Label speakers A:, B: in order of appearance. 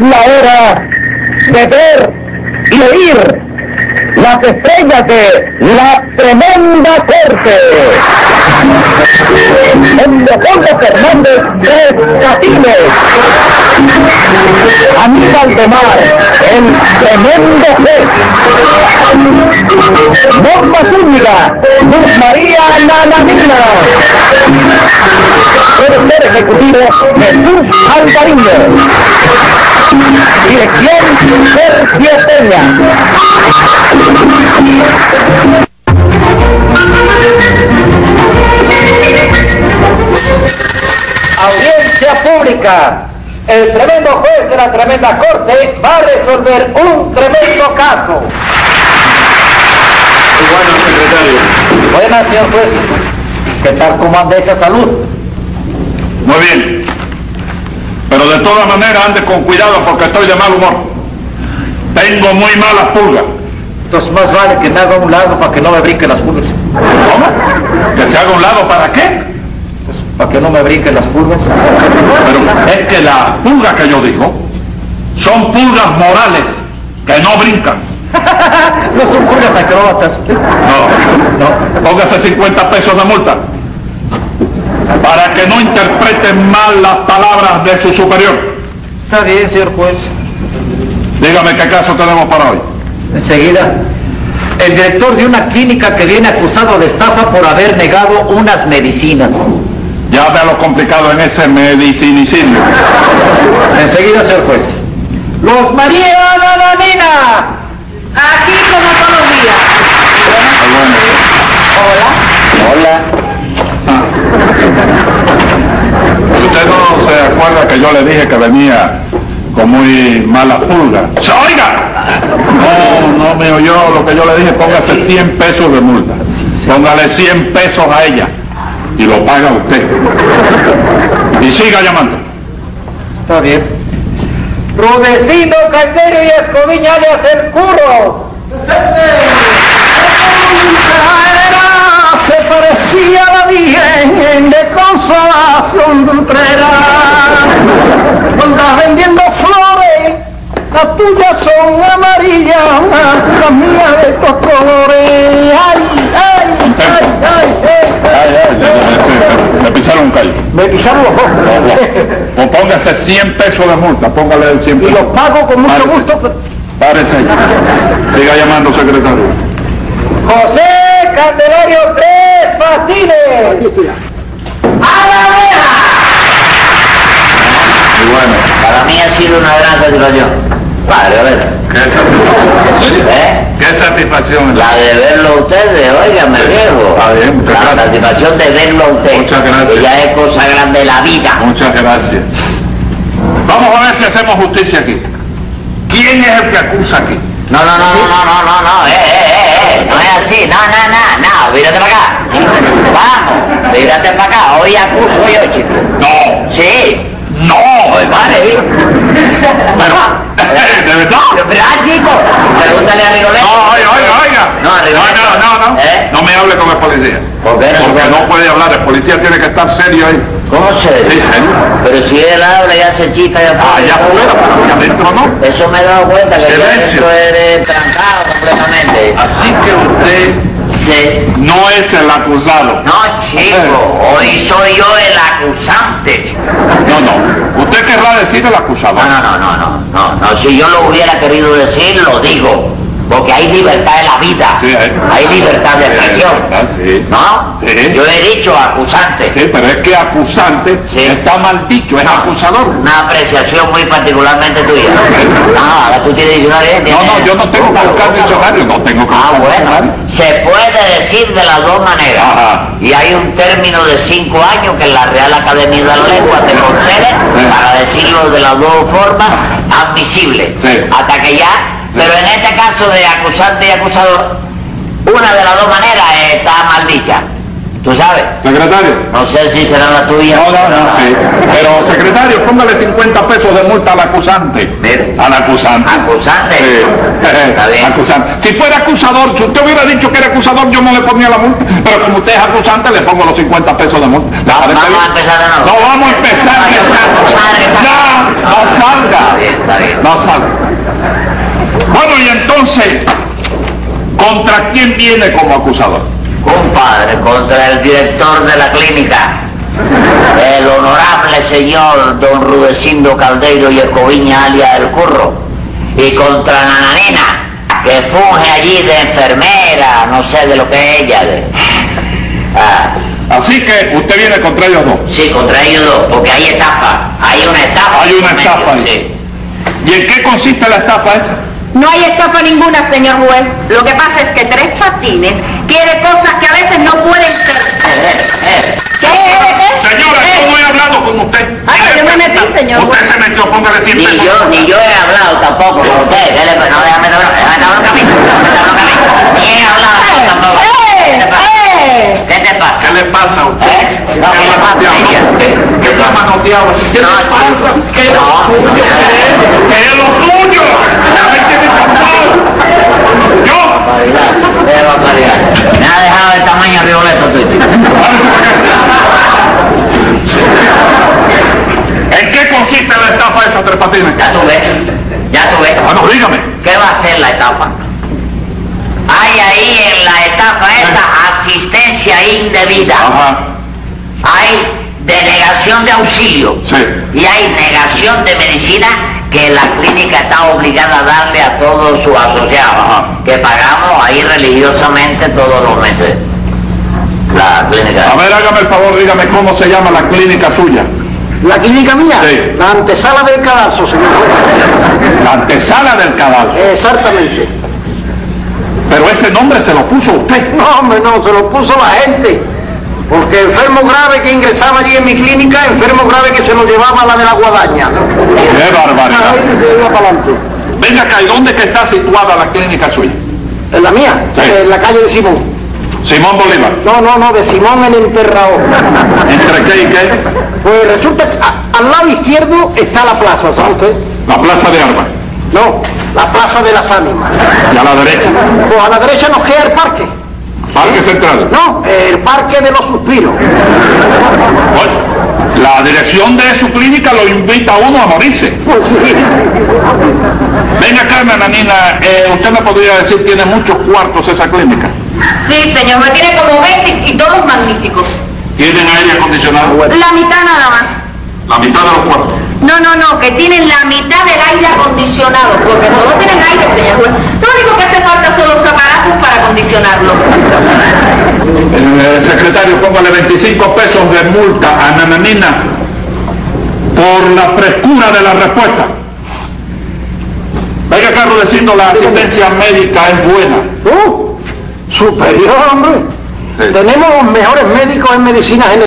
A: la hora de ver y oír las estrellas de la tremenda corte. En Leopoldo Fernández Tres Catines. Aníbal de Mar, el tremendo juez. Norma Zúñiga, Luz María Nananina. Productor ejecutivo Jesús Alvariño. Dirección Sergio Peña.
B: Audiencia pública. El tremendo juez de la tremenda corte va a resolver un tremendo caso.
C: Buenas, secretario.
B: Buenas, señor juez. ¿Qué tal cómo anda esa salud?
C: Muy bien. Pero de todas maneras ande con cuidado porque estoy de mal humor. Tengo muy malas pulgas.
B: Entonces más vale que me haga a un lado para que no me brinquen las pulgas.
C: ¿Cómo? ¿Que se haga a un lado para qué?
B: Pues para que no me brinquen las pulgas.
C: Pero es que las pulgas que yo digo son pulgas morales que no brincan.
B: no son pulgas acróbatas.
C: No, no. Póngase 50 pesos de multa para que no interpreten mal las palabras de su superior.
B: Está bien, señor juez.
C: Dígame qué caso tenemos para hoy.
B: Enseguida. El director de una clínica que viene acusado de estafa por haber negado unas medicinas.
C: Ya vea lo complicado en ese medicinicidio.
B: Enseguida, señor juez. Los María Nananina.
D: Aquí como todos los días.
B: Hola. Hola. Hola.
C: Usted no se acuerda que yo le dije que venía con muy mala pulga. ¡Oiga! No, no me oyó lo que yo le dije. Póngase 100 pesos de multa. Póngale 100 pesos a ella y lo paga usted. Y siga llamando.
B: Está bien.
E: Rudecino Caldero y Escoviña le hace el curro. Era, se parecía a la Virgen de Consolación Dutrera. Andas vendiendo flores, las tuyas son amarillas, las mías de estos colores. ¡Ay, ay, ay, ay, ay!
C: ay, Le pisaron un callo. Pues
B: Me pisaron los ojos.
C: póngase 100 pesos de multa, póngale el 100
B: pesos. Y los pago con mucho gusto.
C: Párese ahí. Siga llamando, secretario.
E: José Candelario Tres Patines. ¡A la vera!
C: Y bueno.
F: Para mí ha sido una gran satisfacción. Padre, a ver.
C: ¿Qué satisfacción? ¿Eh? ¿Qué satisfacción?
F: La de verlo a ustedes, oiga, me sí. viejo.
C: Ah, bien, muchas
F: la
C: gracias.
F: satisfacción de verlo a ustedes.
C: Muchas gracias.
F: Que ya es cosa grande de la vida.
C: Muchas gracias. Vamos a ver si hacemos justicia aquí. ¿Quién es el que acusa aquí?
F: No, no, no, no, no, no, no, no, eh, eh, eh, no es así, no, no, no, no, vírate para acá. Vamos, vírate para acá, hoy acuso yo, chico.
C: No.
F: Sí.
C: No.
F: Pues vale.
C: Pero, ¿de verdad?
F: Pero, pero ah, chico, pregúntale a Rigoletto.
C: No, oiga, oiga, oiga.
F: No, a Rigoletto.
C: No, no, no, no. ¿Eh? No me hable con el policía.
F: ¿Por qué no?
C: Porque no puede hablar, el policía tiene que estar serio ahí.
F: ¿Cómo se
C: Sí, serio.
F: Pero si él habla y hace chistes allá
C: Ah, ya fuera, pero allá adentro no.
F: Eso me he dado cuenta, que
C: Silencio.
F: yo eres trancado completamente.
C: Así que usted
F: Sí.
C: no es el acusado.
F: No, chico, hoy soy yo el acusante, chico.
C: No, no. Usted querrá decir el acusado.
F: No, no, no, no, no, no, no, si yo lo hubiera querido decir, lo digo, porque hay libertad en la vida,
C: Sí, hay.
F: libertad de
C: Sí, hay
F: expresión,
C: libertad, sí.
F: ¿no?
C: Sí.
F: Yo he dicho acusante,
C: Sí, pero es que acusante
F: Sí.
C: está mal dicho, es acusador.
F: una apreciación muy particularmente tuya. Ah, ahora tú tienes 19 años.
C: No,
F: tienes-
C: no, yo no tengo que buscar diccionario, no tengo que
F: Ah,
C: buscar
F: bueno,
C: diccionario.
F: se puede decir de las dos maneras.
C: Ajá.
F: Y hay un término de cinco años que la Real Academia de la Lengua te concede
C: Sí.
F: para decirlo de las dos formas admisible.
C: Sí.
F: Hasta que ya, pero en este caso de acusante y acusador, una de las dos maneras está mal dicha. ¿Tú sabes?
C: Secretario.
F: No sé si será la tuya.
C: No, no,
F: pero
C: no, sí. Pero, secretario, póngale 50 pesos de multa al acusante.
F: Mire.
C: Al acusante.
F: Acusante.
C: Sí.
F: Está bien.
C: Acusante. Si fuera acusador, si usted hubiera dicho que era acusador, yo no le ponía la multa. Pero como usted es acusante, le pongo los 50 pesos de multa. ¿Le parece
F: Vamos a
C: bien?
F: empezar de nuevo.
C: No vamos a empezar.
F: Ay,
C: de
F: madre,
C: nuevo.
F: madre,
C: Ya, no
F: Está
C: salga.
F: bien, está bien.
C: Dile como acusador.
F: Compadre, contra el director de la clínica, el honorable señor don Rudecindo Caldeiro y Escoviña alias El Curro, y contra Nananina, que funge allí de enfermera, no sé de lo que es ella. de- Ah,
C: Así que usted viene contra ellos dos.
F: sí, contra ellos dos, porque hay estafa, hay una estafa.
C: Hay una
F: en medio,
C: estafa ahí.
F: sí.
C: ¿Y en qué consiste la estafa esa?
D: No hay estafa ninguna, señor juez. Lo que pasa es que Tres Patines quiere cosas que a veces no pueden ser.
F: Eh, eh.
D: ¿Qué? ¿Qué?
C: Señora, yo no he hablado con usted.
D: Ay, pero yo me metí, señor.
C: Usted se metió, póngale
F: Ni
C: siempre.
F: yo, ni yo he hablado tampoco con usted. ¿Qué le pasa? No, déjame hablar, déjame hablar a mí. Déjame hablar a mí. Ni he hablado tampoco. ¿Qué te pasa?
D: ¡Eh!
F: ¿Qué te pasa?
C: ¿Qué le pasa a usted?
F: ¿Eh? No, ¿qué le pasa a ella?
C: ¿Qué está manoteado así? ¿Qué le
F: No, yo-
C: pasa? ¿Qué es lo
F: no,
C: tuyo?
F: no.
C: ¿Qué es lo tuyo? La gente me cansó. Yo
F: Barbaridad, qué barbaridad. Me ha dejado de tamaño Rigoletto tú.
C: ¿En qué consiste la estafa esa, Tres Patines?
F: Ya tú ves, ya tú ves.
C: Bueno, dígame.
F: ¿Qué va a ser la estafa? Hay ahí en la estafa esa asistencia indebida.
C: Ajá,
F: hay denegación de auxilio
C: Sí.
F: y hay negación de medicina que la clínica está obligada a darle a todos sus asociados,
C: Ajá.
F: que pagamos ahí religiosamente todos los meses. La clínica.
C: a ver, hágame el favor, dígame cómo se llama la clínica suya.
E: ¿La clínica mía?
C: Sí.
E: La antesala del cadastro, señor juez.
C: La antesala del cadáver.
E: Exactamente.
C: Pero ese nombre se lo puso usted.
E: No, hombre, no, se lo puso la gente. Porque enfermo grave que ingresaba allí en mi clínica, enfermo grave que se lo llevaba a la de la guadaña.
C: ¡Qué barbaridad!
E: Ahí se iba para adelante.
C: Venga acá, ¿y dónde que está situada la clínica suya?
E: ¿En la mía?
C: Sí.
E: En la calle de Simón.
C: Simón Bolívar.
E: No, no, no, de Simón el enterrador.
C: ¿Entre qué y qué?
E: Pues resulta que a- al lado izquierdo está la plaza, ¿sabe usted?
C: La Plaza de Armas.
E: No, la plaza de las ánimas.
C: Y a la derecha,
E: Pues a la derecha nos queda el parque.
C: Parque Central.
E: No, el parque de los suspiros.
C: Oye, La dirección de su clínica lo invita a uno a morirse.
E: Pues sí.
C: Venga acá, nananina, eh, usted me podría decir, tiene muchos cuartos esa clínica.
D: Sí, señor juez, tiene como 20 y todos magníficos.
C: Tienen aire acondicionado.
D: La mitad nada más.
C: La mitad de los cuartos.
D: No, no, no, que tienen la mitad del aire acondicionado, porque todos tienen aire, señor juez. Lo único que hace falta son los aparatos para acondicionarlo.
C: Eh, secretario, póngale 25 pesos de multa a nananina por la frescura de la respuesta. Venga acá, Rudecindo, la asistencia médica es buena.
E: Uh, superior, hombre.
C: Sí.
E: Tenemos los mejores médicos en medicina ¿eh? general.